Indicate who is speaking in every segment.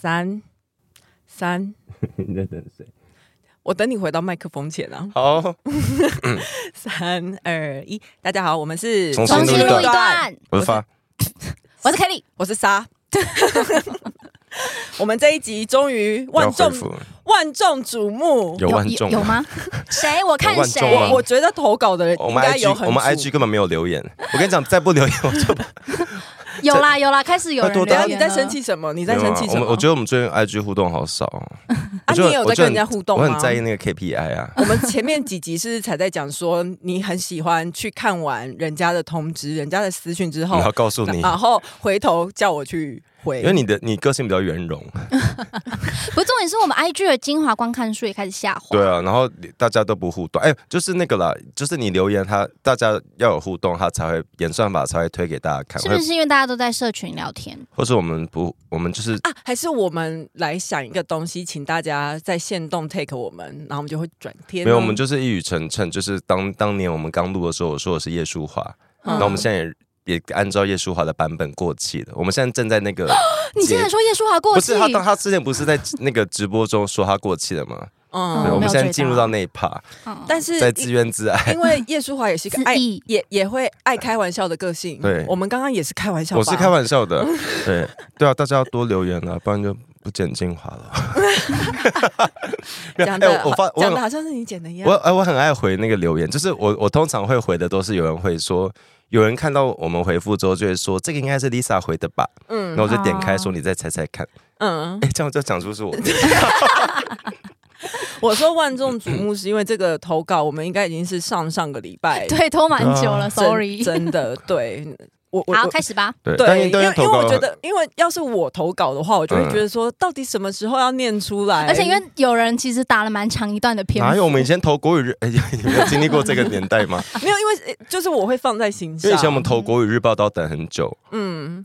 Speaker 1: 三三，
Speaker 2: 你在等 谁？
Speaker 1: 我等你回到麦克风前啊！
Speaker 2: 好，
Speaker 1: 三二一，大家好，我们是
Speaker 2: 重
Speaker 3: 重
Speaker 2: 新
Speaker 3: 新
Speaker 2: 录
Speaker 3: 录
Speaker 2: 一
Speaker 3: 一，段。
Speaker 2: 我是发，
Speaker 3: 我是 Kelly，
Speaker 1: 我是 沙。我们这一集终于万众
Speaker 2: 要恢复了
Speaker 1: 万众瞩目，
Speaker 2: 有万众
Speaker 3: 有有
Speaker 2: 吗？
Speaker 3: 吗？谁？我看
Speaker 2: 有万
Speaker 3: 谁
Speaker 2: 众？啊吗
Speaker 1: 我觉得投稿的人
Speaker 2: 我
Speaker 1: 应
Speaker 2: 们
Speaker 1: 该有
Speaker 2: IG
Speaker 1: 很
Speaker 2: 我们
Speaker 1: 瞩
Speaker 2: IG 根本没有留言，我跟你讲，再不留言我就
Speaker 3: 有啦有啦，开始有人
Speaker 2: 多
Speaker 3: 留
Speaker 1: 等一
Speaker 3: 言
Speaker 1: 下
Speaker 3: 了。
Speaker 1: 你在生气什么？你在生气
Speaker 2: 没有
Speaker 1: 什
Speaker 2: 啊我
Speaker 1: 么？
Speaker 2: 们我觉得我们最近 IG 互动好少哦，
Speaker 1: 啊，
Speaker 2: 我
Speaker 1: 你
Speaker 2: 觉得
Speaker 1: 也有在跟人家互动
Speaker 2: 我
Speaker 1: 吗？
Speaker 2: 很在意那个 KPI 啊。
Speaker 1: 我们前面几集是才在讲说，你很喜欢去看完人家的通知、人家的私讯之后
Speaker 2: 然，后告诉你，
Speaker 1: 然后回头叫我去回
Speaker 2: 因为。你的你个性比较圆融，
Speaker 3: 不，重点是我们 IG 的精华观看数也开始下滑。
Speaker 2: 对啊，然后大家都不互动，哎，就是那个啦，就是你留言他，大家要有互动，他才会演算法才会推给大家看，
Speaker 3: 是不
Speaker 2: 或
Speaker 3: 是因为大家都在社群聊天？
Speaker 2: 或是我们不，我们就是
Speaker 1: 啊，还是我们来想一个东西，请大家在线动 take 我们，然后我们就会转哦贴呢。
Speaker 2: 没有，我们就是一语成谶，就是当当年我们刚录的时候，我说我是叶舒华，
Speaker 1: 嗯
Speaker 2: 那、我们现在也也按照叶舒华的版本过气了。我们现在正在那个
Speaker 3: 你竟然说叶舒华过
Speaker 2: 不
Speaker 3: 气
Speaker 2: 是？他当他之前不是在那个直播中说他过气了吗？
Speaker 1: 嗯
Speaker 3: 没
Speaker 2: 对，
Speaker 3: 有
Speaker 2: 我们现在
Speaker 3: 追
Speaker 2: 进入
Speaker 3: 到
Speaker 2: 到那一趴，
Speaker 3: 嗯
Speaker 1: 但是
Speaker 2: 在自怨自艾。
Speaker 1: 因为叶舒华也是一个
Speaker 3: 自
Speaker 1: 爱
Speaker 3: 意
Speaker 1: 也也会爱开玩笑的个性。
Speaker 2: 对
Speaker 1: 我们刚刚也是开玩笑吧，
Speaker 2: 我是开玩笑的，对对啊，大家要多留言啊，不然就不剪精华了。没有
Speaker 1: 讲的
Speaker 2: 哎，我我发我
Speaker 1: 讲的
Speaker 2: 很
Speaker 1: 好像是你剪的一样
Speaker 2: 我。哎，我很爱回那个留言，就是我我通常会回的都是有人会说，有人看到我们回复之后就会说，这个应该是 Lisa 回的吧。
Speaker 1: 嗯
Speaker 2: 然后我就点开
Speaker 3: 哦
Speaker 2: 说：“你再猜猜看。
Speaker 1: 嗯，
Speaker 2: 哎，这样就讲出是我的。
Speaker 1: 我说万众瞩目是因为这个投稿，我们应该已经是上上个礼拜
Speaker 3: 对，拖蛮久了
Speaker 2: 啊
Speaker 1: 嗯真
Speaker 3: ，sorry。
Speaker 1: 真的对我我
Speaker 3: 好，
Speaker 1: 我
Speaker 3: 开始吧。
Speaker 2: 对，但
Speaker 1: 对，
Speaker 2: 因
Speaker 1: 因为
Speaker 2: 但
Speaker 1: 因
Speaker 2: 投
Speaker 1: 为
Speaker 2: 稿
Speaker 1: 我觉得，因为要是我投稿的话，我就会
Speaker 2: 嗯
Speaker 1: 觉得说，到底什么时候要念出来？
Speaker 3: 而且因为有人其实打了蛮长一段的篇
Speaker 2: 哪有我
Speaker 3: 幅，
Speaker 2: 们以前投国语日？ 哎，你没有经历过这个年 代吗？
Speaker 1: 没有，因为呃就是我会放在心
Speaker 2: 因
Speaker 1: 上。
Speaker 2: 为以前我
Speaker 3: 嗯
Speaker 2: 们投国语日报都要等很久。
Speaker 1: 嗯，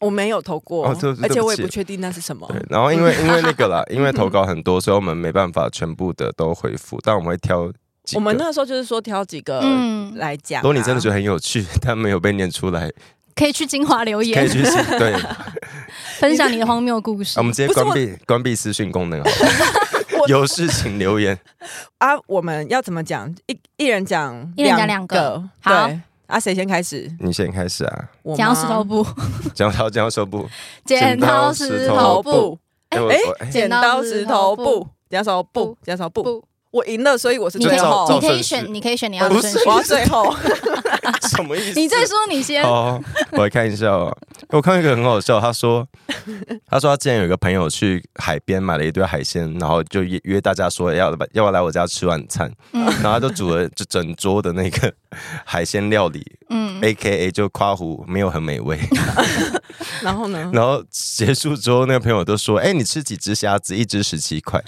Speaker 1: 我没有投过，
Speaker 2: 哦对对
Speaker 1: 而且我也
Speaker 2: 对
Speaker 1: 不
Speaker 2: 不起
Speaker 1: 确定那是什么。
Speaker 2: 对，然后因为因为那个啦，因为投稿很多，所以我们没办法全部的都回复，但我们会挑几
Speaker 1: 我
Speaker 2: 个。
Speaker 1: 们那时候就是说挑几个
Speaker 3: 嗯，
Speaker 1: 来讲啊。
Speaker 2: 如果你真的觉得很有趣， 但没有被念出来，
Speaker 3: 可以去精华留
Speaker 2: 可以
Speaker 3: 言
Speaker 2: 去写 对。
Speaker 3: 分享你的荒谬故事
Speaker 2: 我。们直接
Speaker 1: 不是
Speaker 2: 关闭关闭私讯功能好了
Speaker 1: 我
Speaker 2: 有事请留言。
Speaker 1: 啊，我们要怎么讲？一一人讲，
Speaker 3: 一人讲
Speaker 1: 两
Speaker 3: 两
Speaker 1: 个
Speaker 3: 个。好
Speaker 1: 对，啊，谁先开始？
Speaker 2: 你先开始啊，
Speaker 1: 我
Speaker 3: 剪刀
Speaker 1: 吗
Speaker 3: 石头布，
Speaker 2: 讲到讲到说不？
Speaker 3: 剪刀石头布，
Speaker 2: 哎 我
Speaker 1: 哎
Speaker 2: 我哎
Speaker 1: 剪刀石头
Speaker 3: 剪刀石头
Speaker 1: 布，剪刀石头布
Speaker 3: 布，
Speaker 1: 剪刀石头布。
Speaker 3: 布。
Speaker 1: 我赢了，所以我是
Speaker 3: 你
Speaker 2: 就
Speaker 3: 可
Speaker 1: 最
Speaker 3: 以
Speaker 2: 照照
Speaker 1: 后
Speaker 3: 你。可
Speaker 2: 顺
Speaker 3: 以
Speaker 2: 序
Speaker 3: 选，你可以选你
Speaker 1: 我
Speaker 3: 要
Speaker 1: 不
Speaker 3: 的
Speaker 1: 是
Speaker 3: 顺序。
Speaker 1: 我要最后。
Speaker 2: 什么意思？
Speaker 3: 你再说你 先。
Speaker 2: 哦，我来看一下哦。我看到一个很好笑，他说， 他说他之前有一个朋友去海边买了一堆海鲜，然后就约约大家说要不要不要来我家吃晚餐，
Speaker 3: 嗯
Speaker 2: 然后他就煮了就整桌的那个 海鲜料理
Speaker 3: 嗯，
Speaker 2: ，A K A 就夸胡没有很美 味。
Speaker 1: 然后呢？
Speaker 2: 然后结束之后，那个朋友都说：“哎、你吃几只虾子？一只十七块。”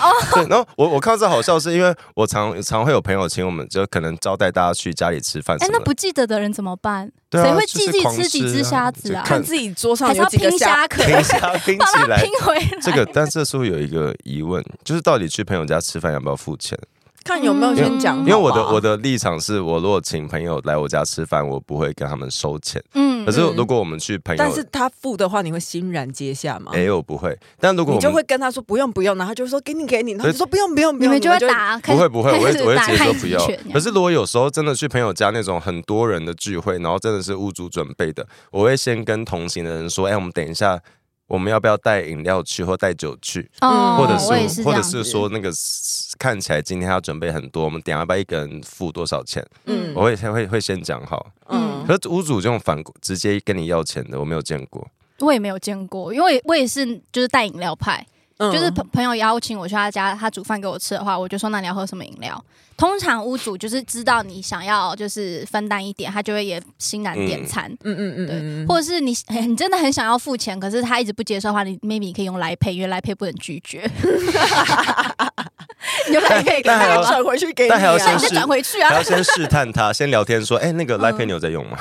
Speaker 3: 哦
Speaker 2: 对，然后我我看到这好笑，是因为我常常会有朋友请我们，就可能招待大家去家里吃饭什
Speaker 3: 哎，
Speaker 2: 么
Speaker 3: 那
Speaker 2: 的。
Speaker 3: 不记得的人怎么办？
Speaker 2: 对啊
Speaker 3: 谁会
Speaker 2: 就
Speaker 3: 记
Speaker 2: 是
Speaker 3: 自己
Speaker 2: 狂
Speaker 3: 吃几
Speaker 2: 吃
Speaker 3: 只
Speaker 2: 啊
Speaker 3: 虾
Speaker 2: 就
Speaker 3: 子啊？
Speaker 2: 看
Speaker 1: 看自己桌上
Speaker 3: 还是
Speaker 1: 有
Speaker 3: 要
Speaker 1: 几个
Speaker 3: 拼
Speaker 1: 虾
Speaker 3: 虾壳，
Speaker 2: 拼 虾拼
Speaker 3: 把
Speaker 2: 起
Speaker 3: 它
Speaker 2: 来
Speaker 3: 拼。回来。
Speaker 2: 这个，但这时候有一个疑问，就是到底去朋友家吃饭要不要付钱？
Speaker 3: 嗯
Speaker 1: 看有没有先讲好吧。
Speaker 2: 因为我的
Speaker 3: 啊
Speaker 2: 我的立场是我如果请朋友来我家吃饭，我不会跟他们收钱。
Speaker 3: 嗯
Speaker 2: 可，是如果我们去朋友，
Speaker 1: 但是他付的话，你会欣然接下吗？
Speaker 2: 哎、我不会。但如果
Speaker 1: 你
Speaker 2: 我
Speaker 1: 就
Speaker 2: 们
Speaker 1: 会跟他说不用不用，然后他就说给你给你，然后你说不用不用不
Speaker 3: 你
Speaker 1: 用，
Speaker 3: 们就会
Speaker 1: 你
Speaker 3: 打，开
Speaker 2: 不
Speaker 3: 始
Speaker 2: 会不会，我会
Speaker 3: 开始
Speaker 2: 我会
Speaker 3: 打
Speaker 2: 直接
Speaker 3: 太
Speaker 2: 说
Speaker 3: 极
Speaker 2: 不要
Speaker 3: 拳这。样
Speaker 2: 可是如果有时候真的去朋友家那种很多人的聚会，然后真的是屋主准备的，我会先跟同行的人说，哎，我们等一下，我们要不要带饮料去或带酒去，
Speaker 3: 哦，
Speaker 2: 或者
Speaker 3: 我也
Speaker 2: 是
Speaker 3: 这
Speaker 2: 或者
Speaker 3: 样
Speaker 2: 是
Speaker 3: 子
Speaker 2: 说那个看起来今天他准备很多，我们等一下要不要一个人付多少钱？
Speaker 1: 嗯
Speaker 2: 我会先会会先讲好。
Speaker 3: 哦
Speaker 1: 嗯
Speaker 2: 可是屋主这种反直接跟你要钱的，我没有见过。
Speaker 3: 我也没有见过，因为我也是就是带饮料派，
Speaker 1: 嗯
Speaker 3: 就是朋朋友邀请我去他家，他煮饭给我吃的话，我就说那你要喝什么饮料？通常屋主就是知道你想要就是分担一点，他就会也欣然点餐。
Speaker 1: 嗯嗯嗯
Speaker 3: 对
Speaker 1: 嗯，
Speaker 3: 或者是你很你真的很想要付钱，可是他一直不接受的话，你 maybe 你可以用来配，因为来配不能拒绝， 你就来配给
Speaker 2: 但还
Speaker 3: 他
Speaker 2: 要
Speaker 1: 再
Speaker 3: 吧，
Speaker 1: 转回去给你啊，
Speaker 2: 但还要
Speaker 3: 那
Speaker 2: 先
Speaker 3: 你再
Speaker 2: 是
Speaker 3: 转回去
Speaker 2: 还
Speaker 3: 啊
Speaker 2: 要。先试探他，先聊天说，哎， 那个
Speaker 3: 嗯
Speaker 2: Line Pay 你有在用吗？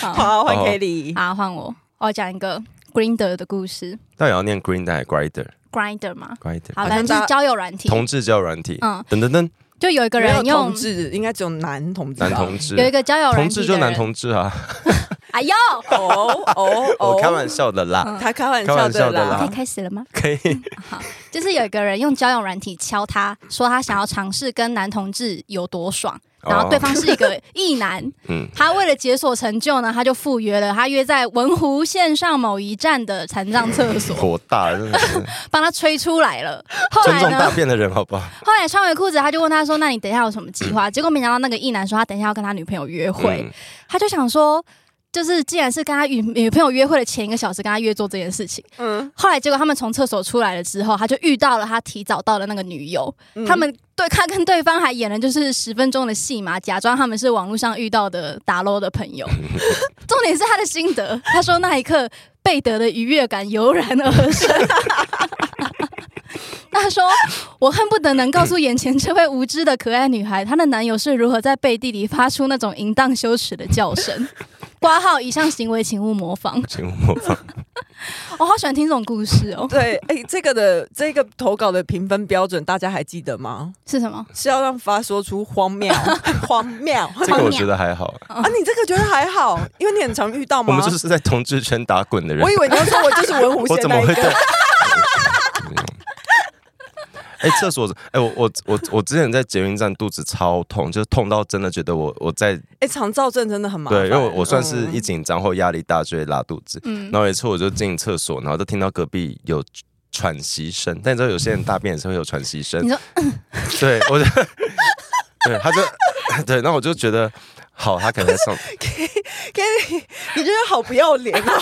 Speaker 3: 好，
Speaker 1: 好换
Speaker 2: 哦
Speaker 1: Kelly，
Speaker 3: 好换我，我讲一个 Grinder 的故事
Speaker 2: 到底要念 Green 还是 Grinder？Grinder
Speaker 3: ，Grinder 嘛，好，
Speaker 1: 好
Speaker 3: 反正就
Speaker 1: 像大
Speaker 3: 是交友软体，
Speaker 2: 同志交友软体，
Speaker 3: 嗯，
Speaker 2: 等等等，
Speaker 3: 就有一个
Speaker 1: 没有
Speaker 3: 人用
Speaker 1: 同志应该只有男同志吧，
Speaker 2: 男同志，
Speaker 3: 有一个交友软
Speaker 2: 同
Speaker 3: 体
Speaker 2: 志
Speaker 3: 的人
Speaker 2: 就男同志啊，
Speaker 3: 哎呦，
Speaker 1: 哦哦
Speaker 2: 我开
Speaker 1: 哦，
Speaker 2: 玩笑的啦。
Speaker 3: 嗯
Speaker 1: 他开玩
Speaker 2: 开
Speaker 1: 笑
Speaker 2: 玩
Speaker 1: 的
Speaker 2: 笑的
Speaker 1: 啦，
Speaker 2: 啦
Speaker 3: 可以开始了吗？
Speaker 2: 可以，
Speaker 3: 就是有一个人用交友软体敲他，说他想要尝试跟男同志有多爽，然
Speaker 2: 哦
Speaker 3: 后对方是一个异男，
Speaker 2: 嗯
Speaker 3: 他为了解锁成就呢，他就赴约了，他约在文湖线上某一站的残障 厕所，
Speaker 2: 火大，真的是
Speaker 3: 帮他吹出来了。后
Speaker 2: 尊
Speaker 3: 来
Speaker 2: 重大
Speaker 3: 呢，
Speaker 2: 便的人，好不好？
Speaker 3: 后来穿回裤子，他就问他说：“那你等一下有什么计划？”结果没想到那个异男说他等一下要跟他女朋友约会，
Speaker 2: 嗯
Speaker 3: 他就想说。就是，既然是跟他女女朋友约会的前一个小时跟他约做这件事情，
Speaker 1: 嗯，
Speaker 3: 后来结果他们从厕所出来了之后，他就遇到了他提早到的那个女友，
Speaker 1: 嗯
Speaker 3: 他们对他跟对方还演了就是十分钟的戏嘛，假装他们是网络上遇到的打捞的朋 友。重点是他的心得，他说那一刻贝德的愉悦感油然而生。 他说：“我恨不得能告诉眼前这位无知的可爱女孩，她的男友是如何在背地里发出那种淫荡羞耻的叫声。”挂号，以上行为请勿模仿。
Speaker 2: 请勿模仿。
Speaker 3: 我好喜欢听这种故事哦。
Speaker 1: 对，哎、这个的这个投稿的评分标准，大家还记得吗？
Speaker 3: 是什么？
Speaker 1: 是要让发说出荒 谬，荒谬啊！
Speaker 2: 这个我觉得还好，
Speaker 3: 哦
Speaker 1: 你这个觉得还好，因为你很常遇到
Speaker 2: 我
Speaker 1: 吗？
Speaker 2: 们就是在同志圈打滚的人
Speaker 1: 我。以为你要说我就是文 湖
Speaker 2: 我
Speaker 1: 线
Speaker 2: 怎
Speaker 1: 那
Speaker 2: 么
Speaker 1: 一
Speaker 2: 会
Speaker 1: 个
Speaker 2: 对？哎、厕所，哎、我我我我之前在捷运站肚子超痛，就是痛到真的觉得我我在
Speaker 1: 哎、肠燥症真的很麻烦。
Speaker 2: 对，因为我我 算是
Speaker 1: 嗯
Speaker 2: 一紧张或压力大就会拉肚子。
Speaker 3: 嗯
Speaker 2: 然，后有一次我就进厕所，然后就听到隔壁有喘息声，但你知道有些人大便也是会有喘息声
Speaker 3: 你。说
Speaker 2: 对，我就 对，他就 对，那我就觉得好，他可能在上，
Speaker 1: Kenny，你真的好不要脸啊！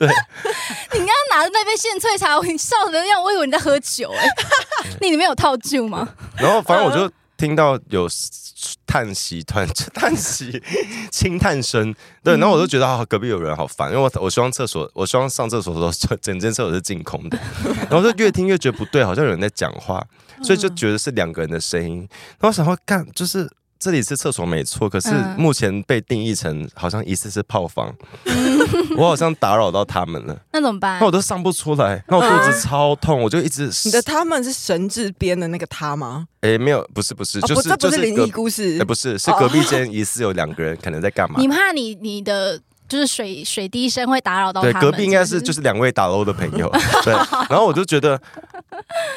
Speaker 3: 你刚刚拿着那杯现萃茶，我你笑的样，我以为你在喝酒 哎、你里面有套酒吗？
Speaker 2: 然后反正我就
Speaker 1: 嗯
Speaker 2: 听到有叹息、叹 叹息、轻叹声，对，然后我就觉
Speaker 1: 嗯
Speaker 2: 得啊，隔壁有人好烦，因为我我希望厕所，我希望上厕所的时候，整间厕所是净空 的，然后就越听越觉得不对，好像有人在讲话，所以
Speaker 1: 嗯
Speaker 2: 就觉得是两个人的声音，然后我想说干就是。这里是厕所没错，可是
Speaker 3: 嗯
Speaker 2: 目前被定义成好像疑似是 炮房，我好像打扰到他们
Speaker 1: 嗯
Speaker 2: 了，
Speaker 3: 那怎么办
Speaker 2: 那？我都上不出来，那我肚子超痛，我就一直
Speaker 1: 你的他们是神志编的那个他吗？
Speaker 2: 诶没有，不是不是，
Speaker 1: 哦，
Speaker 2: 就
Speaker 1: 不，
Speaker 2: 是
Speaker 1: 这不
Speaker 2: 就是是
Speaker 1: 灵
Speaker 2: 隔
Speaker 1: 异故事，
Speaker 2: 哎，不是，是
Speaker 1: 哦
Speaker 2: 隔壁间疑似有两个人可能在干嘛
Speaker 3: 你？怕你你的就是水水滴声会打扰到
Speaker 2: 对，
Speaker 3: 他们？
Speaker 2: 隔壁应该是就是两位打捞的朋 友。对，然后我就觉得，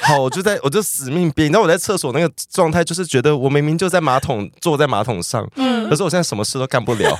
Speaker 2: 好，我就在我就死命憋。你知道我在厕所那个状态，就是觉得我明明就在马桶坐在马桶上，
Speaker 3: 嗯
Speaker 2: 可，是我现在什么事都干不 了。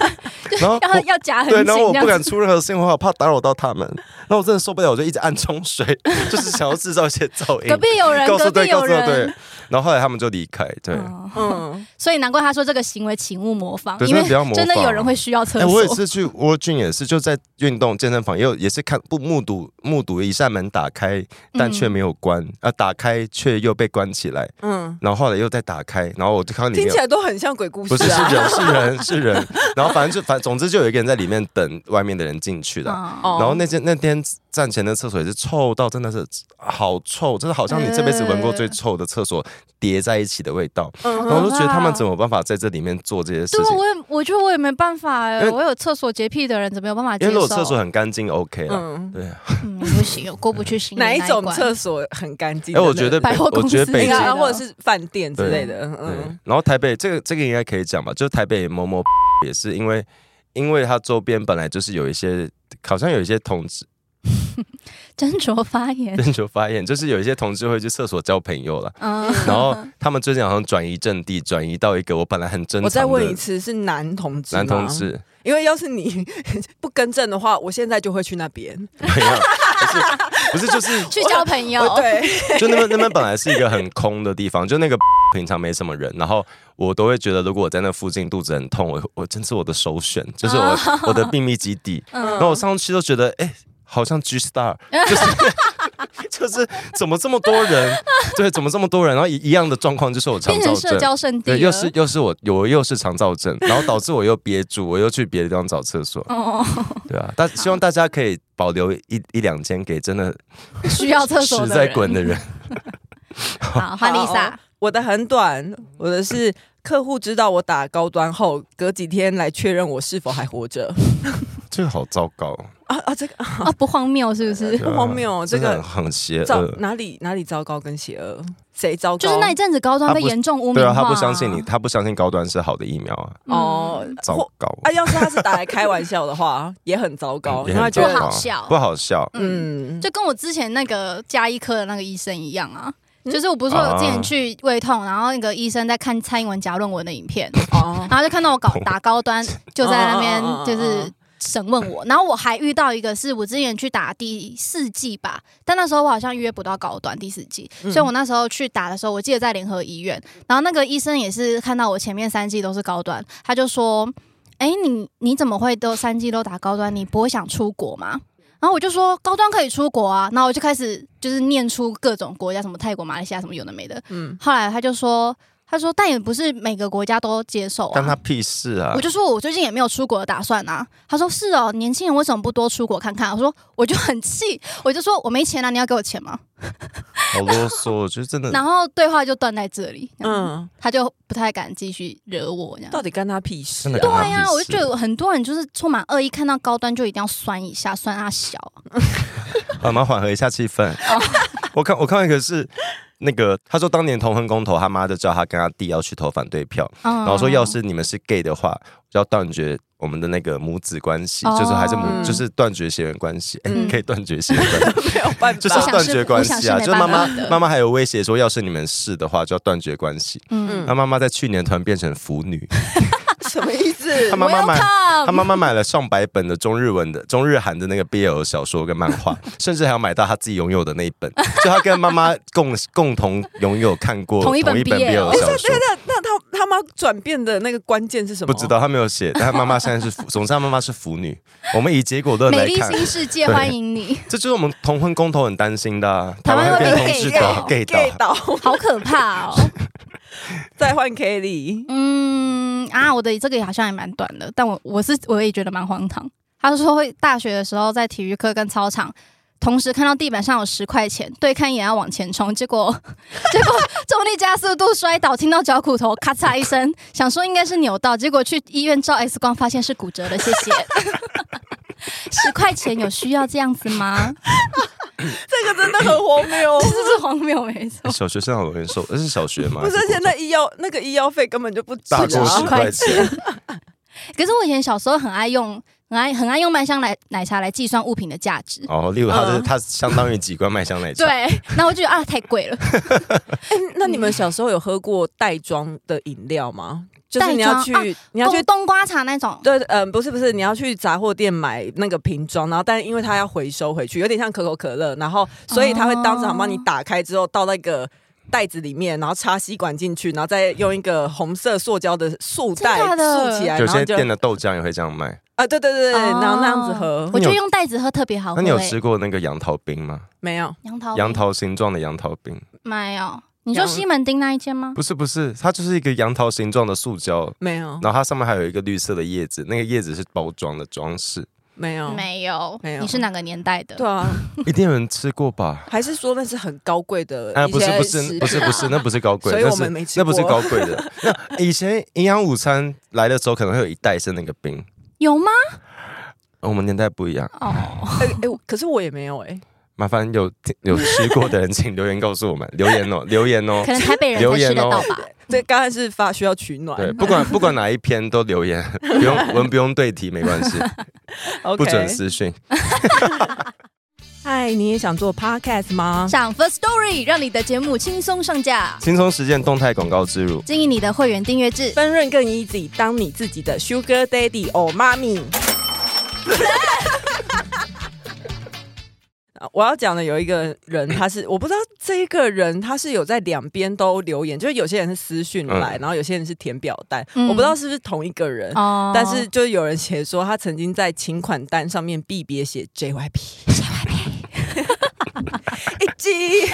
Speaker 2: 然后
Speaker 3: 要
Speaker 2: 我
Speaker 3: 要夹很
Speaker 2: 对，
Speaker 3: 紧
Speaker 2: 然后我
Speaker 3: 这
Speaker 2: 不
Speaker 3: 样
Speaker 2: 敢
Speaker 3: 子。
Speaker 2: 出任何声音，我好怕打扰到他们。然后我真的受不了，我就一直按冲水，就是想要制造一些噪音
Speaker 3: 隔。壁有人，
Speaker 2: 哎告
Speaker 3: 隔
Speaker 2: 诉
Speaker 3: 壁
Speaker 2: 对，
Speaker 3: 有
Speaker 2: 告诉对
Speaker 3: 人。。
Speaker 2: 然后后来他们就离开。对，
Speaker 3: 哦
Speaker 1: 嗯，
Speaker 3: 所以难怪他说这个行为请勿模仿，
Speaker 2: 对
Speaker 3: 因
Speaker 2: 真
Speaker 3: 为
Speaker 2: 的不要模仿
Speaker 3: 真的有人会需要厕
Speaker 2: 哎、
Speaker 3: 所。
Speaker 2: 我也是去 w o r g i n 也是就在运动健身房，也有也是看不目睹目睹一扇门打开，但却没有关，啊、打开却又被关起来，
Speaker 1: 嗯，
Speaker 2: 然后后来又再打开，然后我就看到里
Speaker 1: 听
Speaker 2: 面
Speaker 1: 起
Speaker 2: 有。
Speaker 1: 来都很像鬼故
Speaker 2: 不
Speaker 1: 事
Speaker 2: 是是
Speaker 1: 啊。
Speaker 2: 人是人是人，然后反正就反总之就有一个人在里面等外面的人进去的啊，
Speaker 3: 哦，
Speaker 1: 哦
Speaker 2: 然后那间那天站前的厕所也是臭到真的是好臭，真的好像你这辈子闻过最臭的厕所叠在一起的味道，
Speaker 1: 嗯
Speaker 2: 然后我就觉得他们怎么有办法在这里面做这些事
Speaker 3: 啊对啊，
Speaker 2: 情
Speaker 3: 我，也我觉得我也没办法哎、
Speaker 2: 因为
Speaker 3: 我有厕所洁癖的人怎么有办法接
Speaker 2: 因
Speaker 3: 受？
Speaker 2: 为如果厕所很干净 OK 了，
Speaker 1: 嗯，
Speaker 2: 对啊。
Speaker 3: 嗯不行，我过不去心里
Speaker 1: 哪
Speaker 3: 那
Speaker 1: 一种
Speaker 3: 关
Speaker 1: 厕所很干净？
Speaker 2: 哎、我觉得
Speaker 3: 百
Speaker 2: 北
Speaker 3: 货公
Speaker 2: 我
Speaker 3: 司
Speaker 2: 觉得北
Speaker 1: 应
Speaker 2: 京
Speaker 1: 该，啊
Speaker 3: 对
Speaker 1: 或者是饭店之类的，
Speaker 2: 对
Speaker 1: 嗯，
Speaker 2: 然后台北这个这个应该可以讲吧，就是台北某某也是因为，因为它周边本来就是有一些，好像有一些同 志，。
Speaker 3: 斟酌发言
Speaker 2: 就发现就是有一些同志会去厕所交朋友了，
Speaker 3: 嗯，
Speaker 2: 然后他们最近好像转移阵地，转移到一个我本来很珍
Speaker 1: 我再
Speaker 2: 藏
Speaker 1: 问一
Speaker 2: 的
Speaker 1: 次，是男同志吗
Speaker 2: 男同，志，
Speaker 1: 因为要是你 不更正的话，我现在就会去那边。
Speaker 2: 没有，不是不 是就是
Speaker 3: 去交朋友。
Speaker 1: 哦，对，
Speaker 2: 就那边那边本来是一个很空的地方，就那个平常没什么人，然后我都会觉得，如果我在那附近肚子很痛，我我真是我的首选，就是我
Speaker 3: 哦
Speaker 2: 我的秘密基地。
Speaker 3: 嗯
Speaker 2: 然后我上去都觉得，哎、好像 G Star，就是就是怎么这么多人，对，怎么这么多人，然后一一样的状况就是我肠
Speaker 3: 变成
Speaker 2: 燥
Speaker 3: 社
Speaker 2: 症。
Speaker 3: 交圣地了。
Speaker 2: 对，又是又是我，我又是肠燥症，然后导致我又憋住，我又去别的地方找厕所，
Speaker 3: 哦，
Speaker 2: 对啊，但希望大家可以保留一一两间给真的
Speaker 3: 需要厕所
Speaker 2: 实
Speaker 3: 的
Speaker 2: 在
Speaker 3: 人
Speaker 2: 滚的人。
Speaker 3: 好，换丽
Speaker 1: 好
Speaker 3: 莎。
Speaker 1: 我的很短，我的是客户知道我打高端后，隔几天来确认我是否还活着。
Speaker 2: 这个好糟糕哦，
Speaker 1: 啊啊，这个啊
Speaker 3: 啊，不荒谬是不是？
Speaker 1: 不荒谬哦，这
Speaker 2: 啊真的
Speaker 1: 个
Speaker 2: 很很邪
Speaker 1: 糟
Speaker 2: 恶。啊
Speaker 1: 哪里哪里糟糕跟邪恶，谁糟糕？
Speaker 3: 就是那一阵子高中
Speaker 2: 他
Speaker 3: 被
Speaker 2: 不
Speaker 3: 严重污名
Speaker 2: 对
Speaker 3: 化、
Speaker 2: 啊，他不相信你，他不相信高端是好的疫苗啊，
Speaker 3: 嗯
Speaker 1: 哦，
Speaker 2: 糟
Speaker 1: 或
Speaker 2: 糕，
Speaker 1: 啊，要是他是打来开玩笑的话， 也很糟糕，因为
Speaker 2: 也
Speaker 1: 他
Speaker 2: 很
Speaker 1: 觉
Speaker 3: 不
Speaker 1: 得
Speaker 2: 糟
Speaker 3: 好
Speaker 2: 糕
Speaker 3: 笑
Speaker 2: 不好笑。
Speaker 3: 嗯，
Speaker 1: 嗯，
Speaker 3: 就跟我之前那个加医科的那个医生一样啊。
Speaker 1: 嗯
Speaker 3: 就是我不是说我之前
Speaker 2: 啊
Speaker 3: 去胃痛，然后那个医生在看蔡英文夹论文的影片，
Speaker 1: 哦，
Speaker 3: 然后就看到我搞打高端，就在那边
Speaker 1: 哦哦哦哦哦
Speaker 3: 就是审问我。然后我还遇到一个是我之前去打第四季吧，但那时候我好像约不到高端第四季，
Speaker 1: 嗯
Speaker 3: 所以我那时候去打的时候，我记得在联合医院，然后那个医生也是看到我前面三季都是高端，他就说：“哎，你你怎么会都三季都打高端？你不会想出国吗？”然后我就说高端可以出国啊，然后我就开始就是念出各种国家，什么泰国、马来西亚什么有的没的。
Speaker 1: 嗯，
Speaker 3: 后来他就说，他说但也不是每个国家都接受啊。
Speaker 2: 但他屁事啊
Speaker 3: 我！就说我最近也没有出国的打算啊。他说是哦，年轻人为什么不多出国看啊看？我说我就很气，我就说我没钱啊，你要给我钱吗？
Speaker 2: 好啰嗦，我觉得真的
Speaker 3: 然后对话就断在这里，嗯，
Speaker 1: 嗯，
Speaker 3: 他就不太敢继续惹我这样。
Speaker 1: 到底干他屁事
Speaker 2: 真的
Speaker 1: 啊？
Speaker 2: 干他
Speaker 3: 对呀、
Speaker 2: 屁事
Speaker 3: 我就觉得很多人就是充满恶意，看到高端就一定要酸一下，酸他小。
Speaker 2: 我们啊缓和一下气氛。
Speaker 1: 哦
Speaker 2: 我看我看到一个是那个，他说当年同婚公投，他妈就叫他跟他弟要去投反对票，
Speaker 1: 哦
Speaker 3: 嗯，
Speaker 2: 然后说要是你们是 gay 的话，就要断绝我们的那个母子关系，
Speaker 3: 哦
Speaker 2: 就是还是母，
Speaker 1: 嗯
Speaker 2: 就是断绝血缘关系，哎
Speaker 3: 嗯
Speaker 2: 可以断绝血缘关 系，
Speaker 1: 没有办法，
Speaker 2: 就是要 断绝关系啊！
Speaker 3: 我想
Speaker 2: 就是是妈妈
Speaker 3: 我想是没办法的
Speaker 2: 妈妈还有威胁说，要是你们是的话，就要断绝关系。
Speaker 1: 嗯
Speaker 2: 那妈妈在去年突然变成腐女，
Speaker 1: 什么意 思
Speaker 2: 他？妈妈买。他
Speaker 3: Welcome，
Speaker 2: 妈妈买了上百本的中日文的中日韩的那个 BL 小说跟漫 画，甚至还要买到他自己拥有的那一本，就他跟妈妈共共同拥有看过
Speaker 3: 同一本 BL
Speaker 2: BL 小 说。
Speaker 1: 那那他他妈转变的那个关键是什么？
Speaker 2: 不知。道他没有写，但他妈妈现在是腐，总之他妈妈是腐女。我们以结果论
Speaker 3: 美
Speaker 2: 来
Speaker 3: 丽
Speaker 2: 看，
Speaker 3: 新世界
Speaker 2: 对
Speaker 3: 欢迎你，
Speaker 2: 这就是我们同婚公投很担心的、啊，
Speaker 3: 台
Speaker 2: 台
Speaker 3: 湾
Speaker 2: 湾会
Speaker 3: 会
Speaker 2: 变
Speaker 3: 被
Speaker 2: 同志
Speaker 3: gay
Speaker 2: 岛
Speaker 3: 到
Speaker 2: gay 岛
Speaker 1: gay 到，
Speaker 3: 好可 怕哦。
Speaker 1: 再换 Kelly，
Speaker 3: 嗯啊，我的这个好像也蛮短的，但我我是我也觉得蛮荒唐。他说会大学的时候在体育课跟操场。同时看到地板上有十块钱，对看一眼要往前冲，结果 结果重力加速度摔倒，听到脚骨头咔嚓一声，想说应该是扭到，结果去医院照 X 光发现是骨折了，谢 谢。十块钱有需要这样子吗？
Speaker 1: 这个真的很荒谬。
Speaker 3: 这是荒谬，没错。
Speaker 2: 小学生好容易受，那是小学吗？
Speaker 1: 不是，啊
Speaker 2: 还
Speaker 1: 而且
Speaker 2: 国中
Speaker 1: 那医药那个医药费根本就不止
Speaker 2: 大过
Speaker 1: 啊
Speaker 2: 十！块钱，
Speaker 3: 可是我以前小时候很爱用，很爱很爱用麦香奶奶茶来计算物品的价值。
Speaker 2: 哦，例如他是
Speaker 1: 嗯
Speaker 2: 他相当于几罐麦香 奶茶，
Speaker 3: 对，然后我就觉得啊，太贵了。
Speaker 1: 哎，那你们小时候有喝过袋装的饮料吗？就是你要去
Speaker 3: 袋装， 啊哦
Speaker 1: 你要去
Speaker 3: 冬冬瓜茶那种，
Speaker 1: 对，嗯、不是不是，你要去杂货店买那个瓶装，然后但因为它要回收回去，有点像可口可乐，然后所以它会当场
Speaker 3: 哦
Speaker 1: 帮你打开之后倒那个。袋子里面，然后插吸管进去，然后再用一个红色塑胶的束带
Speaker 3: 真的假的
Speaker 1: 束起来，
Speaker 2: 有
Speaker 1: 然后
Speaker 2: 些
Speaker 1: 就
Speaker 2: 店的豆浆也会这样卖。
Speaker 1: 啊，对对对对，
Speaker 3: 哦
Speaker 1: 然后那样子喝
Speaker 3: 我觉得用袋子喝特
Speaker 1: 哦
Speaker 3: 别好
Speaker 2: 那
Speaker 3: 喝、欸。
Speaker 2: 你有吃过那个杨桃冰吗？
Speaker 1: 没有？
Speaker 3: 杨桃
Speaker 2: 杨桃形状的杨桃冰，
Speaker 3: 没有？你说
Speaker 1: 杨
Speaker 3: 西门町那一间吗？
Speaker 2: 不是不是，它就是一个杨桃形状的塑胶，
Speaker 1: 没有
Speaker 2: 然后它上面还有一个绿色的叶子，那个叶子是包装的装饰，
Speaker 1: 没有
Speaker 3: 没有，
Speaker 1: 没有
Speaker 3: 你是哪个年代的？
Speaker 1: 对啊，
Speaker 2: 一定有人吃过吧？
Speaker 1: 还是说那是很高贵的
Speaker 2: 哎，
Speaker 1: 一
Speaker 2: 不是
Speaker 1: 些
Speaker 2: 不
Speaker 1: 食
Speaker 2: 是
Speaker 1: 品
Speaker 2: 不是不是，那不是高贵，
Speaker 1: 所以
Speaker 2: 那
Speaker 1: 我
Speaker 2: 是
Speaker 1: 们没吃
Speaker 2: 那不是
Speaker 1: 过
Speaker 2: 高贵的。那以前营养午餐来的时候，可能会有一袋是那个冰，
Speaker 3: 有吗？
Speaker 2: 我们年代不一样。
Speaker 3: 哦，
Speaker 1: 哎哎，可是我也没有哎，
Speaker 2: 麻烦有 有吃过的人，请留言告诉我们，留言哦，留言哦
Speaker 3: 可。能台北人
Speaker 2: 留
Speaker 3: 才
Speaker 2: 言
Speaker 3: 吃得
Speaker 2: 哦
Speaker 3: 到吧。
Speaker 1: 这刚才是发需要取暖
Speaker 2: 对，不管不管哪一篇都留言，不用我们不用对题，没关系，
Speaker 1: ，OK，
Speaker 2: 不准私讯。
Speaker 1: 嗨，你也想做 podcast 吗？
Speaker 3: 上 First Story 让你的节目轻松上架，
Speaker 2: 轻松实践动态广告植入。
Speaker 3: 经营你的会员订阅制。
Speaker 1: 分润更 easy，当你自己的 sugar daddy or mommy。啊我要讲的有一个人，他是我不知道这一个人他是有在两边都留言，就是有些人是私讯
Speaker 2: 嗯
Speaker 1: 来，然后有些人是填表单，
Speaker 3: 嗯
Speaker 1: 我不知道是不是同一个人。
Speaker 3: 哦
Speaker 1: 但是就有人写说，他曾经在请款单上面必别写 JYP，JYP，一 级。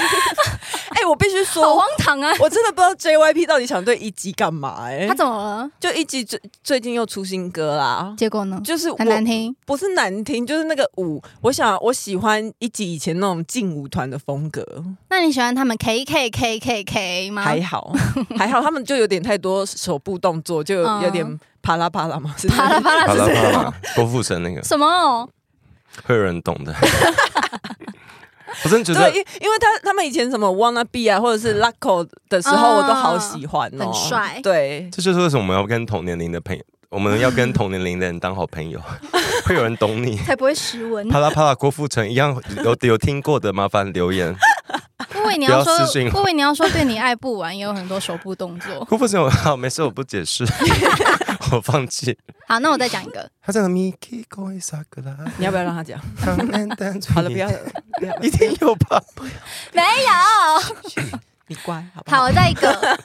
Speaker 1: 哎、我必须
Speaker 3: 好
Speaker 1: 说
Speaker 3: 荒，唐啊！
Speaker 1: 我真的不知道 JYP 到底想对一级干嘛、哎，
Speaker 3: 他怎么了？
Speaker 1: 就一集最最近又出新歌啦，
Speaker 3: 结果呢？
Speaker 1: 就是我
Speaker 3: 很难听。
Speaker 1: 不是难听，就是那个舞，我想我喜欢一集以前那种劲舞团的风格，
Speaker 3: 那你喜欢他们 K K K K K 吗？
Speaker 1: 还好还好，他们就有点太多手部动作，就有
Speaker 3: 嗯
Speaker 1: 啊有点啪啦啪啦嘛，是不是
Speaker 3: 啪啦啪啦
Speaker 2: 好
Speaker 3: 是
Speaker 2: 了
Speaker 3: 什
Speaker 2: 好
Speaker 3: 么？哦
Speaker 2: 了，郭富城那个
Speaker 3: 什么？
Speaker 2: 会有人懂的。我真的觉
Speaker 1: 对，
Speaker 2: 得
Speaker 1: 因因为他他们以前什么 Wanna Be 啊，或者是
Speaker 2: 嗯
Speaker 1: Lucky 的时候，
Speaker 3: 嗯
Speaker 1: 我都好喜欢哦，
Speaker 3: 很帅
Speaker 1: 对，
Speaker 2: 这就是为什么我们要跟同年龄的朋友，我们要跟同年龄的人当好朋友， 会有人懂你。
Speaker 3: 才不会识 文。
Speaker 2: 啪啦啪啦，郭富城一样有有听过的，麻烦留言。
Speaker 3: 因为你要
Speaker 2: 不
Speaker 3: 说
Speaker 2: 要私讯，我
Speaker 3: 因为你要说对你爱不完，也有很多手部动作。
Speaker 2: 郭富城，我好没事，我不解释，我放弃。
Speaker 3: 好，那我再讲一个，
Speaker 2: 他真的 Miki Koi Sakura，
Speaker 1: 你要不要让他 讲？好
Speaker 2: 好
Speaker 1: 了，不要，不要，
Speaker 2: 一定有吧？
Speaker 3: 没有。
Speaker 1: 你乖，好不
Speaker 3: 好，我再一个，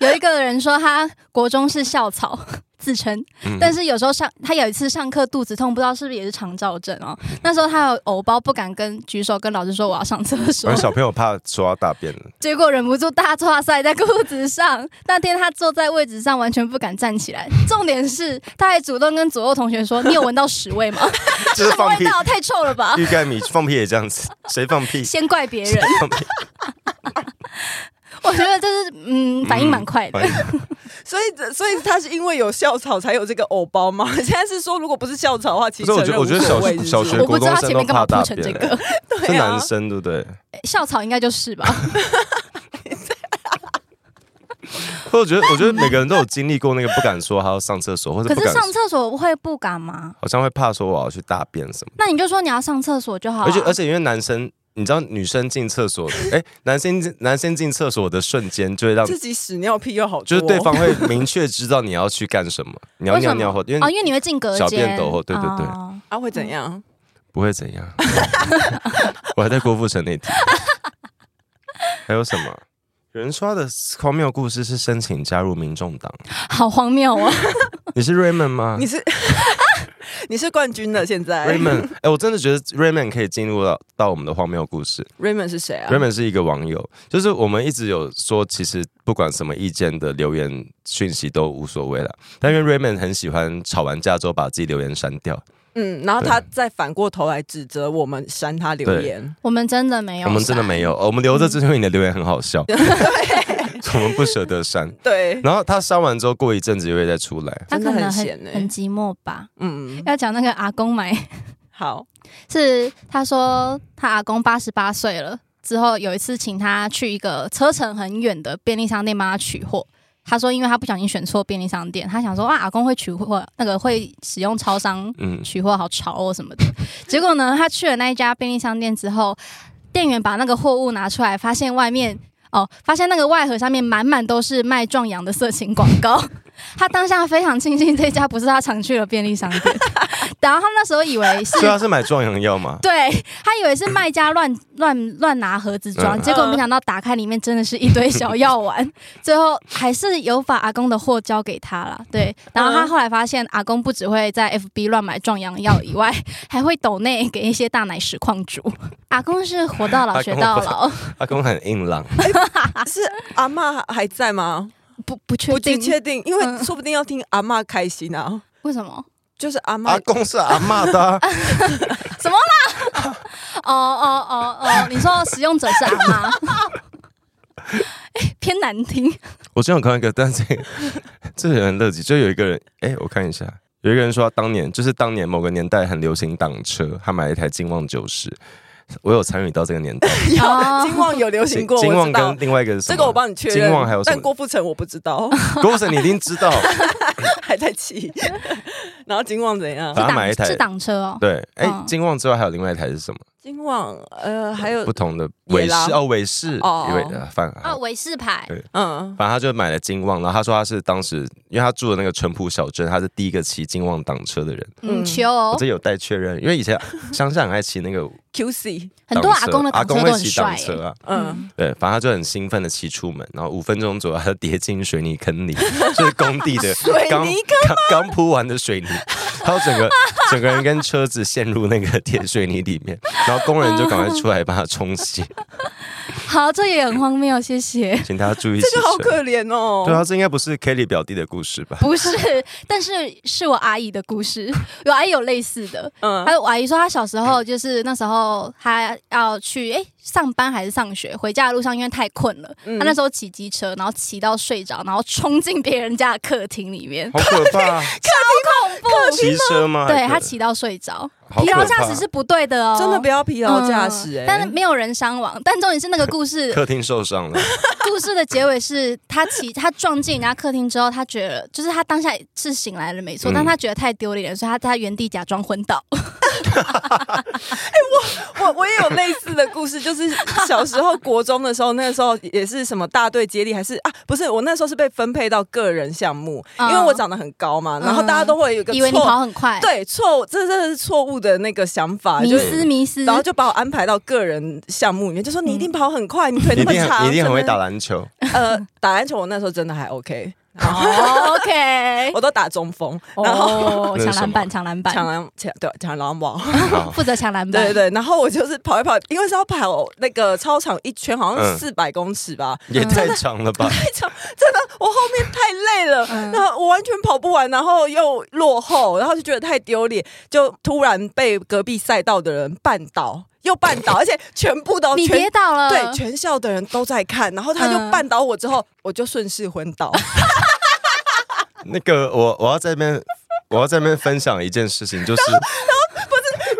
Speaker 3: 有一个人说他国中是校草。 自称，
Speaker 2: 嗯
Speaker 3: 但是有时候上他有一次上课肚子痛，不知道是不是也是肠燥症哦。
Speaker 2: 嗯
Speaker 3: 那时候他有偶包，不敢跟举手跟老师说我要上厕所
Speaker 2: 而，小朋友怕说要大便了，
Speaker 3: 结果忍不住大抓塞在裤子上。那天他坐在位置上完全不敢站起来，重点是他还主动跟左右同学说：“你有闻到屎味吗？
Speaker 2: 就是放
Speaker 3: 味
Speaker 2: 屁，
Speaker 3: 道太臭了吧
Speaker 2: 欲盖弥放屁也这样子，谁放！”屁？
Speaker 3: 先怪别
Speaker 2: 谁
Speaker 3: 人，
Speaker 2: 放屁？
Speaker 3: 我觉得这是嗯反应蛮快的。
Speaker 2: 反应
Speaker 1: 所以，所以他是因为有校草才有这个偶包吗？ 现在是说，如果不是校草的话，其
Speaker 2: 不
Speaker 1: 实
Speaker 2: 是我觉得
Speaker 1: 承认无所谓
Speaker 2: 我觉得小
Speaker 1: 是
Speaker 2: 学
Speaker 1: 不
Speaker 3: 我
Speaker 1: 是
Speaker 3: 不知道他前面干嘛铺成这
Speaker 2: 国中生都怕
Speaker 3: 个，
Speaker 2: 是
Speaker 1: 对啊
Speaker 2: 男生对不对？
Speaker 3: 诶校草应该就是 吧？
Speaker 2: 可我觉得，我觉得每个人都有经历过那个不敢说他要上厕所，或者
Speaker 3: 可
Speaker 2: 不
Speaker 3: 是
Speaker 2: 敢
Speaker 3: 上厕所会不敢吗？
Speaker 2: 好像会怕说我要去大便什么。
Speaker 3: 那你就说你要上厕所就好、啊。
Speaker 2: 而且而且因为男生，你知道女生进厕所，哎，男生进男生进厕所的瞬间就会让，
Speaker 1: 自己屎尿屁又好多，
Speaker 2: 就是对方会明确知道你要去干什么，你要
Speaker 3: 为什
Speaker 2: 尿
Speaker 3: 么
Speaker 2: 尿或因
Speaker 3: 哦，
Speaker 2: 为
Speaker 3: 因为你会进隔间，
Speaker 2: 小便斗或对对对
Speaker 3: 哦
Speaker 1: 啊会怎样？
Speaker 2: 不会怎样。 我还在郭富城那 题。还有什么？有人说他的荒谬故事是申请加入民众党。
Speaker 3: 好荒谬哦！
Speaker 2: 你是 Raymond 吗？
Speaker 1: 你是 你是冠军了，现在
Speaker 2: 嗯 Raymond，哎、我真的觉得 Raymond 可以进入到到我们的荒谬故事。
Speaker 1: Raymond 是谁啊
Speaker 2: Raymond 是一个网友，就是我们一直有说，其实不管什么意见的留言讯息都无所谓了，但因为 Raymond 很喜欢吵完架之后把自己留言删掉，
Speaker 1: 嗯，然后他再反过头来指责我们删他留言，
Speaker 3: 我们真的没有，
Speaker 2: 我们真的没有，我们留着只是因为你的留言很 好笑， 我们不舍得删。
Speaker 1: 对，
Speaker 2: 然后他删完之后，过一阵子又会再出来。
Speaker 3: 他可
Speaker 1: 真的很
Speaker 3: 能很
Speaker 1: 闲欸
Speaker 3: 很寂寞吧。
Speaker 1: 嗯，
Speaker 3: 要讲那个阿公买，
Speaker 1: 好，
Speaker 3: 是他说他阿公八十八岁了，之后有一次请他去一个车程很远的便利商店帮他取货。他说，因为他不小心选错便利商店，他想说哇，啊阿公会取货，那个会使用超商
Speaker 2: 嗯，
Speaker 3: 取货好潮哦什么的。结果呢，他去了那一家便利商店之后，店员把那个货物拿出来，发现外面哦，发现那个外盒上面满满都是卖壮阳的色情广告。 他当下非常庆幸这家不是他常去的便利商店，然后他那时候以为是
Speaker 2: 所以。他是买壮阳药吗？
Speaker 3: 对他以为是卖家乱乱乱拿盒子装，
Speaker 2: 嗯
Speaker 3: 结果没想到打开里面真的是一堆小药丸，最后还是有把阿公的货交给他了。对，然后他后来发现阿公不只会在 FB 乱买壮阳药以外，还会抖内给一些大奶实况主。阿公是活到老学到老，
Speaker 2: 阿公很硬朗，
Speaker 1: 是阿妈还在吗？
Speaker 3: 不不确
Speaker 1: 不
Speaker 3: 定
Speaker 1: 确定，因为
Speaker 3: 嗯
Speaker 1: 说不定要听阿妈开心啊，
Speaker 3: 为什么。
Speaker 1: 就是阿妈
Speaker 2: 阿公是阿妈 的啊、
Speaker 3: 哦哦哦哦，你说使用者是阿妈。 哎偏难听，
Speaker 2: 我之前有看到一个，但是 这个人很乐极，就有一个人，哎、我看一下，有一个人说他当年就是当年某个年代很流行挡车，他买了一台金旺九十，我有参与到这个年 代，
Speaker 3: 哦
Speaker 1: 有金旺有流行过，
Speaker 2: 金
Speaker 1: 我知
Speaker 2: 旺
Speaker 1: 道
Speaker 2: 跟。另外一个是什
Speaker 1: 这
Speaker 2: 么
Speaker 1: 个我帮你确认，
Speaker 2: 金旺还有什
Speaker 1: 但
Speaker 2: 么？
Speaker 1: 郭富城我不知道，
Speaker 2: 郭富城你一定知道，
Speaker 1: 还在气。然后金旺怎样？
Speaker 2: 把它买一台
Speaker 3: 是挡车哦。
Speaker 2: 对，哎、
Speaker 3: 嗯
Speaker 2: 金旺之外还有另外一台是什么？
Speaker 1: 金旺呃，还有
Speaker 2: 不同的
Speaker 1: 野
Speaker 2: 尾
Speaker 1: 狼
Speaker 2: 士哦，尾士，
Speaker 1: 哦
Speaker 2: 因为呃反
Speaker 3: 哦，韦氏牌
Speaker 2: 对
Speaker 1: 嗯，
Speaker 2: 反正他就买了金旺，然后他说他是当时，因为他住的那个淳朴小镇，他是第一个骑金旺挡车的人。
Speaker 1: 嗯
Speaker 3: 嗯，球
Speaker 2: 我
Speaker 3: 哦
Speaker 2: 这有待确认，因为以前乡下很爱骑那个
Speaker 1: QC，
Speaker 3: 很多
Speaker 2: 挡
Speaker 3: 阿
Speaker 2: 车
Speaker 3: 公的
Speaker 2: 阿
Speaker 3: 挡车
Speaker 2: 公
Speaker 3: 都
Speaker 2: 会
Speaker 3: 很
Speaker 2: 骑
Speaker 3: 帅
Speaker 2: 挡
Speaker 3: 欸、
Speaker 2: 车啊，
Speaker 1: 嗯，
Speaker 2: 对，反正他就很兴奋的骑出门，然后五分钟左右他就跌进水泥坑里，就是工地 的
Speaker 1: 水
Speaker 2: 刚
Speaker 1: 泥
Speaker 2: 刚刚铺完的水泥，然后整个 整个人跟车子陷入那个铁水泥里面，然后工人就赶快出来帮他冲洗，
Speaker 3: 好，这也很荒谬，谢谢。
Speaker 2: 请大家注意洗
Speaker 1: 这个好
Speaker 2: 车。
Speaker 1: 可怜哦。
Speaker 2: 对啊，这应该不是 Kelly 表弟的故事吧？
Speaker 3: 不是，但是是我阿姨的故事，我阿姨有类似的。
Speaker 1: 嗯，
Speaker 3: 她我阿姨说，她小时候就是那时候，她要去哎、上班还是上学，回家的路上因为太困了，
Speaker 1: 嗯
Speaker 3: 她那时候骑机车，然后骑到睡着，然后冲进别人家的客厅里面，
Speaker 2: 好可怕！啊
Speaker 3: 超恐怖。
Speaker 2: 骑车吗？
Speaker 3: 对
Speaker 2: 还
Speaker 3: 她
Speaker 2: 可以
Speaker 3: 骑到睡着，
Speaker 2: 好
Speaker 3: 疲
Speaker 2: 可
Speaker 3: 劳
Speaker 2: 怕
Speaker 3: 驾驶是不对的哦，
Speaker 1: 真的不
Speaker 3: 要
Speaker 1: 要疲劳驾驶哎。
Speaker 3: 但是没有人伤亡。但重点是那个故 事，
Speaker 2: 客厅受伤了，
Speaker 3: 故事的结尾是他骑他撞进人家客厅之后，他觉得就是他当下是醒来了没错，
Speaker 2: 嗯
Speaker 3: 但他觉得太丢脸了，所以他他原地假装昏倒。
Speaker 1: 我我也有类似的故事，就是小时候国中的时候，那时候也是什么大队接力，还是啊不是，我那时候是被分配到个人项目，因
Speaker 3: 嗯
Speaker 1: 为我长得很高嘛，然后大家都会有一个
Speaker 3: 以为你
Speaker 1: 错
Speaker 3: 跑很快，，
Speaker 1: 对错，这真的是错误的那个想法，
Speaker 3: 迷
Speaker 1: 就
Speaker 3: 失迷失。
Speaker 1: 然后就把我安排到个人项目里面，就说你一定跑 很快， 你腿那
Speaker 2: 你一
Speaker 1: 么
Speaker 2: 定很
Speaker 1: 长，
Speaker 2: 你一定很会打
Speaker 1: 篮。
Speaker 2: 篮球，
Speaker 1: 呃，打篮球我那时候真的还 OK，
Speaker 3: 哦 OK，
Speaker 1: 我都打中锋，然后
Speaker 3: 哦，
Speaker 2: 那是
Speaker 3: 抢
Speaker 2: 什
Speaker 3: 篮
Speaker 2: 么
Speaker 3: 板，抢篮
Speaker 1: 抢
Speaker 3: 板，
Speaker 1: 篮抢对抢篮网。
Speaker 2: 好
Speaker 3: 负责抢篮板。
Speaker 1: 对对对，然后我就是跑一跑，因为是要跑那个操场一圈，好像
Speaker 2: 嗯
Speaker 1: 四百公尺吧。
Speaker 2: 也太长 了吧？
Speaker 1: 真的，我后面太累了，
Speaker 3: 嗯
Speaker 1: 然后我完全跑不完，然后又落后，然后就觉得太丢脸，就突然被隔壁赛道的人绊倒，又绊倒，而且全部都
Speaker 3: 你
Speaker 1: 哦全
Speaker 3: 跌倒了，
Speaker 1: 对，全校的人都在看，然后他就
Speaker 3: 嗯
Speaker 1: 绊倒我之后，我就顺势昏 倒。
Speaker 2: 那个我我要在那边我要在那边分享一件事情，就是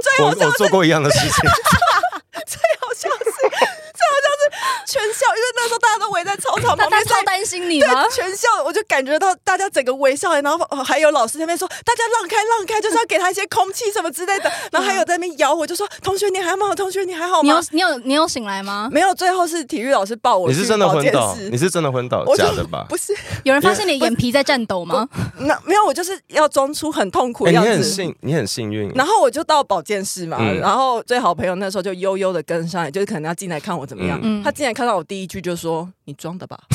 Speaker 1: 最
Speaker 2: 我
Speaker 1: 好笑
Speaker 2: 我做过一样的 事情，
Speaker 1: 最好笑是，最好笑是全校，因为那时候大家都围在操场
Speaker 3: 他
Speaker 1: 旁
Speaker 3: 他
Speaker 1: 边在
Speaker 3: 超担心你吗
Speaker 1: 对，？全校我就感觉到大家整个围上来，然后呃还有老师在那边说大家让开让开，就是要给他一些空气什么之 类的，然后还有在那边摇我，就说同学你还好吗？同学你还好
Speaker 3: 你有
Speaker 1: 吗？
Speaker 3: 你有你有醒来吗？
Speaker 1: 没有，最后是体育老师抱我
Speaker 2: 你
Speaker 1: 去
Speaker 2: 是真的
Speaker 1: 保
Speaker 2: 昏
Speaker 1: 健
Speaker 2: 倒，
Speaker 1: 室
Speaker 2: 你是真的昏倒，
Speaker 1: 我就
Speaker 2: 假的吧？
Speaker 1: 不是，
Speaker 3: 有人发现你的眼皮在颤抖吗？
Speaker 1: 那没有，我就是要装出很痛苦
Speaker 2: 哎，
Speaker 1: 的
Speaker 2: 你
Speaker 1: 样
Speaker 2: 很
Speaker 1: 子。
Speaker 2: 幸你很幸运，
Speaker 1: 然后我就到保健室嘛，
Speaker 2: 嗯
Speaker 1: 然后最好朋友那时候就悠悠的跟上来，就是可能要进来看我怎么样。
Speaker 3: 嗯
Speaker 1: 他进来看到我第一句就说：“你装的吧？”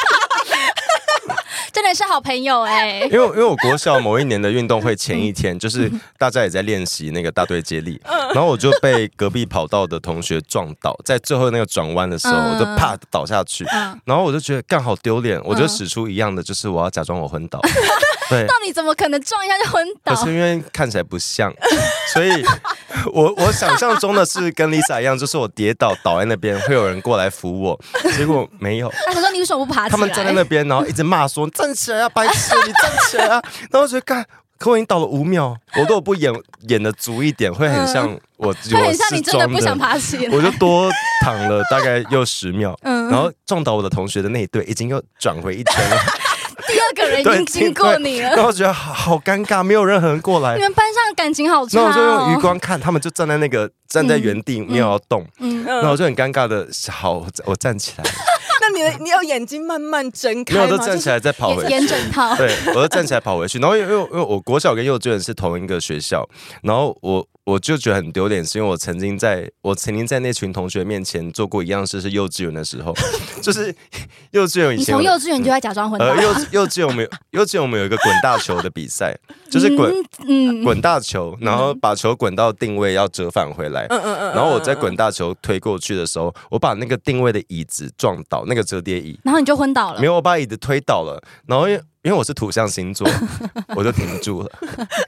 Speaker 3: 真的是好朋 友哎、
Speaker 2: 因为因为我国小某一年的运动会前一天，就是大家也在练习那个大队接
Speaker 3: 嗯
Speaker 2: 力，然后我就被隔壁跑道的同学撞倒，在最后那个转弯的时候，
Speaker 3: 嗯
Speaker 2: 我就啪倒下去，
Speaker 3: 嗯，
Speaker 2: 然后我就觉得干好丢脸，我就使出一样的，就是我要假装我昏 倒，对
Speaker 3: 到，底怎么可能撞一下就昏倒
Speaker 2: 可？是因为看起来不像，所以我我想象中的是跟 Lisa 一样，就是我跌倒倒在那边，会有人过来扶我，结果没有。
Speaker 3: 他说：“你为什么不爬起来？”
Speaker 2: 他们站在那边，然后一直骂说：“站起来啊，白痴，你站起来 啊！”然后我觉得干。可我已经倒了五秒，我如果不演演的足一点，会很像我，我
Speaker 3: 就嗯很像
Speaker 2: 是
Speaker 3: 你真的
Speaker 2: 装
Speaker 3: 不想爬起来。
Speaker 2: 我就多躺了大概又十秒，
Speaker 3: 嗯
Speaker 2: 然后撞倒我的同学的那一队已经又转回一圈了，
Speaker 3: 第二个人已经经过你
Speaker 2: 然
Speaker 3: 了，
Speaker 2: 后我觉得好好尴尬，没有任何人过来
Speaker 3: 你，们班上感情好差
Speaker 2: 那我就用余
Speaker 3: 哦。
Speaker 2: 光看，他们就站在那个站在原地没有要动，
Speaker 3: 嗯，
Speaker 2: 然后我就很尴尬的，好，我我站起来，
Speaker 1: 那你的你有眼睛慢慢睁
Speaker 2: 没有
Speaker 1: 开
Speaker 2: 我
Speaker 1: 吗？
Speaker 2: 都站起来再跑回去
Speaker 3: 眼。眼整 套。
Speaker 2: 对，我就站起来跑回去。然后因为因为因为我国小跟幼稚园是同一个学校，然后我我就觉得很丢脸，是因为我曾经在我曾经在那群同学面前做过一样事，是幼稚园的时候， 就是幼稚园以
Speaker 3: 你
Speaker 2: 前我
Speaker 3: 从幼稚园就在假装昏倒，
Speaker 2: 呃幼稚幼稚园我们 有幼稚园我们有一个滚大球的比赛，就是滚。
Speaker 3: 嗯，嗯
Speaker 2: 滚大球，然后把球滚到定位要折返回来，
Speaker 1: 嗯嗯
Speaker 2: 然后我在滚大球推过去的时候，我把那个定位的椅子撞倒，那个折叠椅，
Speaker 3: 然后你就昏倒了
Speaker 2: 没。有，我把椅子推倒了，然后因为因为我是土象星 座，我就停住了，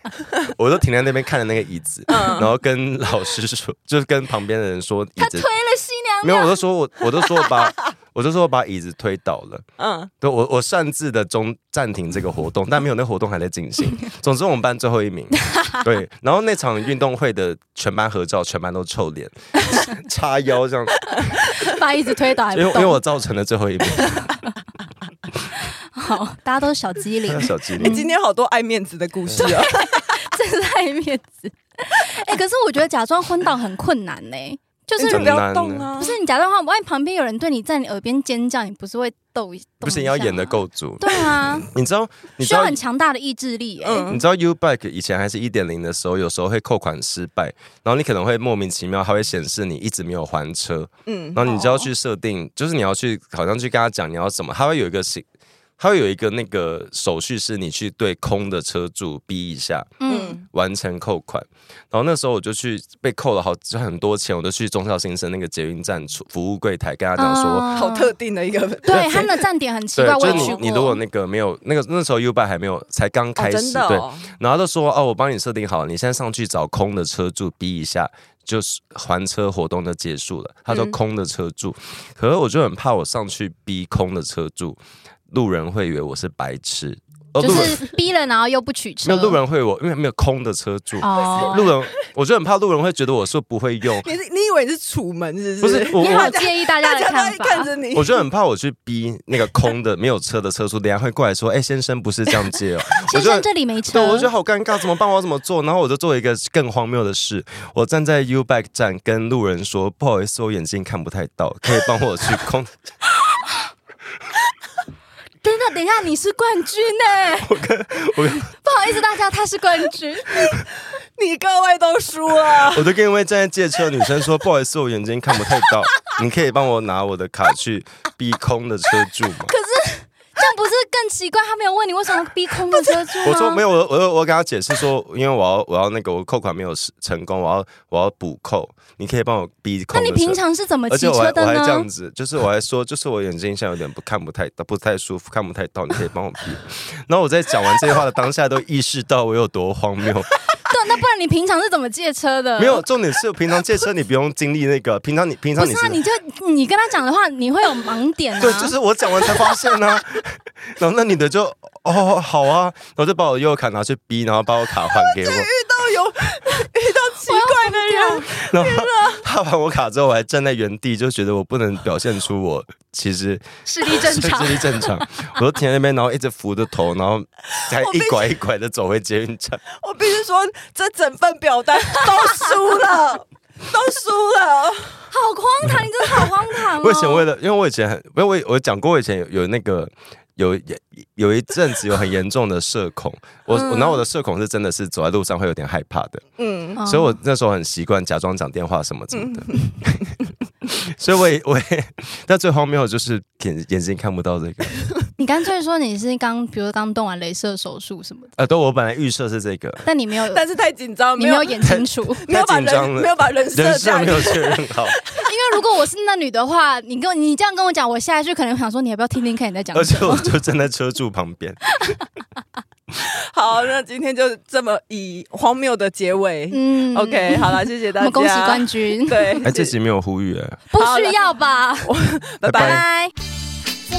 Speaker 2: 我就停在那边看着那个椅子，然后跟老师说，就是跟旁边的人说椅
Speaker 3: 嗯他推
Speaker 2: 子
Speaker 3: 了新娘，
Speaker 2: 没有，我就说我我就说我把我就说我把椅子推倒 了，
Speaker 1: 嗯，
Speaker 2: 对我我擅自的中暂停这个活动，但没有那活动还在进 行。总之我们班最后一名，对，然后那场运动会的全班合照，全班都臭 脸，叉腰这样，
Speaker 3: 把椅子推倒还
Speaker 2: 因为
Speaker 3: 不
Speaker 2: 因为
Speaker 3: 动。
Speaker 2: 我造成了最后一 名，
Speaker 3: 好，大家都是小 机灵，
Speaker 2: 小机
Speaker 1: 你
Speaker 2: 灵。
Speaker 1: 今天好多爱面子的故事
Speaker 2: 啊
Speaker 1: 哦。
Speaker 3: 真是爱面子。哎，可是我觉得假装昏倒很困难呢，就
Speaker 1: 你
Speaker 3: 是
Speaker 1: 就
Speaker 2: 很
Speaker 1: 不要
Speaker 2: 难
Speaker 1: 动
Speaker 2: 呢
Speaker 1: 啊！
Speaker 3: 不是你假装话，万一旁边有人对你在你耳边尖叫，你不是会抖一？
Speaker 2: 不行，
Speaker 3: 动一
Speaker 2: 要
Speaker 3: 下
Speaker 2: 演的
Speaker 3: 吗。
Speaker 2: 够足。
Speaker 3: 对啊，
Speaker 2: 你知道， 你
Speaker 3: 需
Speaker 2: 知
Speaker 3: 要
Speaker 2: 道，
Speaker 3: 很强大的意志力哎、
Speaker 1: 嗯
Speaker 2: 你知道 U Bike 以前还是一点零的时候，有时候会扣款失败，然后你可能会莫名其妙，它会显示你一直没有还车，
Speaker 1: 嗯，
Speaker 2: 然后你就要去设
Speaker 3: 哦
Speaker 2: 定，就是你要去好像去跟他讲你要怎么，他会有一个行，他会有一个那个手续是你去对空的车主逼一下，
Speaker 3: 嗯，
Speaker 2: 完成扣款。然后那时候我就去被扣了好就很多钱，我就去中校新生那个捷运站处服务柜台跟他讲说，
Speaker 3: 嗯
Speaker 1: 好特定的一个，
Speaker 3: 对他们的站点很奇
Speaker 2: 对
Speaker 3: 怪，，我
Speaker 2: 就是
Speaker 3: 也去
Speaker 2: 你，你如果
Speaker 3: 过。
Speaker 2: 那个没有那个那时候 U b i 还没有，才刚开
Speaker 1: 哦，
Speaker 2: 始，
Speaker 1: 真的
Speaker 2: 对，
Speaker 1: 哦，
Speaker 2: 然后他就说哦，我帮你设定好，你现在上去找空的车柱逼一下，就是还车活动就结束了。他说
Speaker 1: 嗯
Speaker 2: 空的车柱，可是我就很怕我上去逼空的车柱，路人会以为我是白痴，哦，
Speaker 3: 就
Speaker 2: 路人
Speaker 3: 是逼了，然后又不取车。
Speaker 2: 没有路人会我，因为没有空的车住。
Speaker 3: 哦，
Speaker 2: 路人，我就很怕路人会觉得我说不会 用，
Speaker 1: 你是你以为你是楚门是
Speaker 2: 不是我
Speaker 3: 你好
Speaker 2: 我
Speaker 3: 介意大家
Speaker 1: 大
Speaker 3: 的
Speaker 1: 家都
Speaker 3: 看
Speaker 1: 在看
Speaker 3: 法？
Speaker 1: 着你，
Speaker 2: 我就很怕我去逼那个空的没有车的车主，等一下会过来说，哎、先生不是这样借哦，我
Speaker 3: 先
Speaker 2: 就
Speaker 3: 生
Speaker 2: 很
Speaker 3: 这里没车
Speaker 2: 对，，我就觉得好尴尬，怎么办？我要怎么做？然后我就做一个更荒谬的事，我站在 U Back 站跟路人说，不好意思，我眼睛看不太到，可以帮我去空，
Speaker 3: 等一下，等一下，你是冠军呢、
Speaker 2: 我
Speaker 3: 不好意思，大家，他是冠军。
Speaker 1: 你各位都输啊了。
Speaker 2: 我就跟一位站在借车的女生说，不好意思，我眼睛看不太到，你可以帮我拿我的卡去逼空的车主吗？
Speaker 3: 这样不是更奇怪？他没有问你为什么逼空的车住吗？
Speaker 2: 我说没有，我我我跟他解释说，因为我要我要那个我扣款没有成功，我要我要补扣，你可以帮我逼
Speaker 3: 那
Speaker 2: 空的车。
Speaker 3: 你平常是怎么
Speaker 2: 而且
Speaker 3: 啊骑
Speaker 2: 我还
Speaker 3: 车
Speaker 2: 我
Speaker 3: 的
Speaker 2: 还这
Speaker 3: 呢
Speaker 2: 样？子，就是我还说， 就是我眼睛现在有点不看不太到，不太舒服，看不太到，你可以帮我 闭。然后我在讲完这些话的当下，都意识到我有多荒谬。
Speaker 3: 对，那不然你平常是怎么借车的？
Speaker 2: 没有，重点是平常借车你不用经历那个，平常你平常
Speaker 3: 不
Speaker 2: 你
Speaker 3: 是
Speaker 2: 是
Speaker 3: 啊，你就你跟他讲的话，你会有盲点啊。
Speaker 2: 对，就是我讲完才发现呢、 然后那女的就哦好啊，然后就把我悠游卡拿去逼，然后把我卡还 给我。
Speaker 1: 遇到有遇到奇怪的
Speaker 3: 啊
Speaker 1: 人，
Speaker 2: 然后他把我卡之后，我还站在原地，就觉得我不能表现出我其实
Speaker 3: 视 力正
Speaker 2: 是
Speaker 3: 常
Speaker 2: 智。力正常。我就停在那边，然后一直扶着头， 然后还一拐一拐的走回捷运站。
Speaker 1: 我必须说，这整份表单都输 了，都输了。
Speaker 3: 好荒唐，你真的好荒唐、哦！
Speaker 2: 我以前为了，因为我以前很，因为我以我讲过，我以前有有那个。有有一阵子有很严重的社恐，我、
Speaker 3: 嗯
Speaker 2: 我然后我的社恐是真的是走在路上会有点害怕的，
Speaker 1: 嗯，
Speaker 3: 哦
Speaker 2: 所以我那时候很习惯假装讲电话什么什么的，
Speaker 3: 嗯
Speaker 2: 所以我也我也，但最荒谬的就是眼眼睛看不到这个，
Speaker 3: 你干脆说你是刚，比如说刚动完镭射手术什么的，
Speaker 2: 呃，都我本来预设是 这个，
Speaker 3: 但你没有，
Speaker 1: 但是太紧张，
Speaker 3: 你
Speaker 1: 没
Speaker 3: 没
Speaker 1: 有
Speaker 3: 有演清楚。 因
Speaker 1: 没有把
Speaker 2: 太紧
Speaker 1: 人
Speaker 2: 张了
Speaker 1: 没有把人设
Speaker 2: 人设
Speaker 1: 架
Speaker 2: 没有确认 好，
Speaker 3: 为如果我是那女的话，你跟我你这样跟我讲，我下一句可能想说你要不要听听看你在讲
Speaker 2: 而
Speaker 1: 哦
Speaker 3: 什
Speaker 2: 且
Speaker 3: 么？
Speaker 2: 我就站在车柱旁边。
Speaker 1: 好，那今天就这么以荒谬的结尾。
Speaker 3: 嗯
Speaker 1: OK，好了，谢谢
Speaker 3: 我
Speaker 1: 大家，
Speaker 3: 们恭喜冠军，
Speaker 1: 对，
Speaker 2: 哎，这集没有呼吁哎。
Speaker 3: 不需要 吧？
Speaker 1: 拜拜
Speaker 2: 拜拜。
Speaker 3: 拜。
Speaker 4: 喜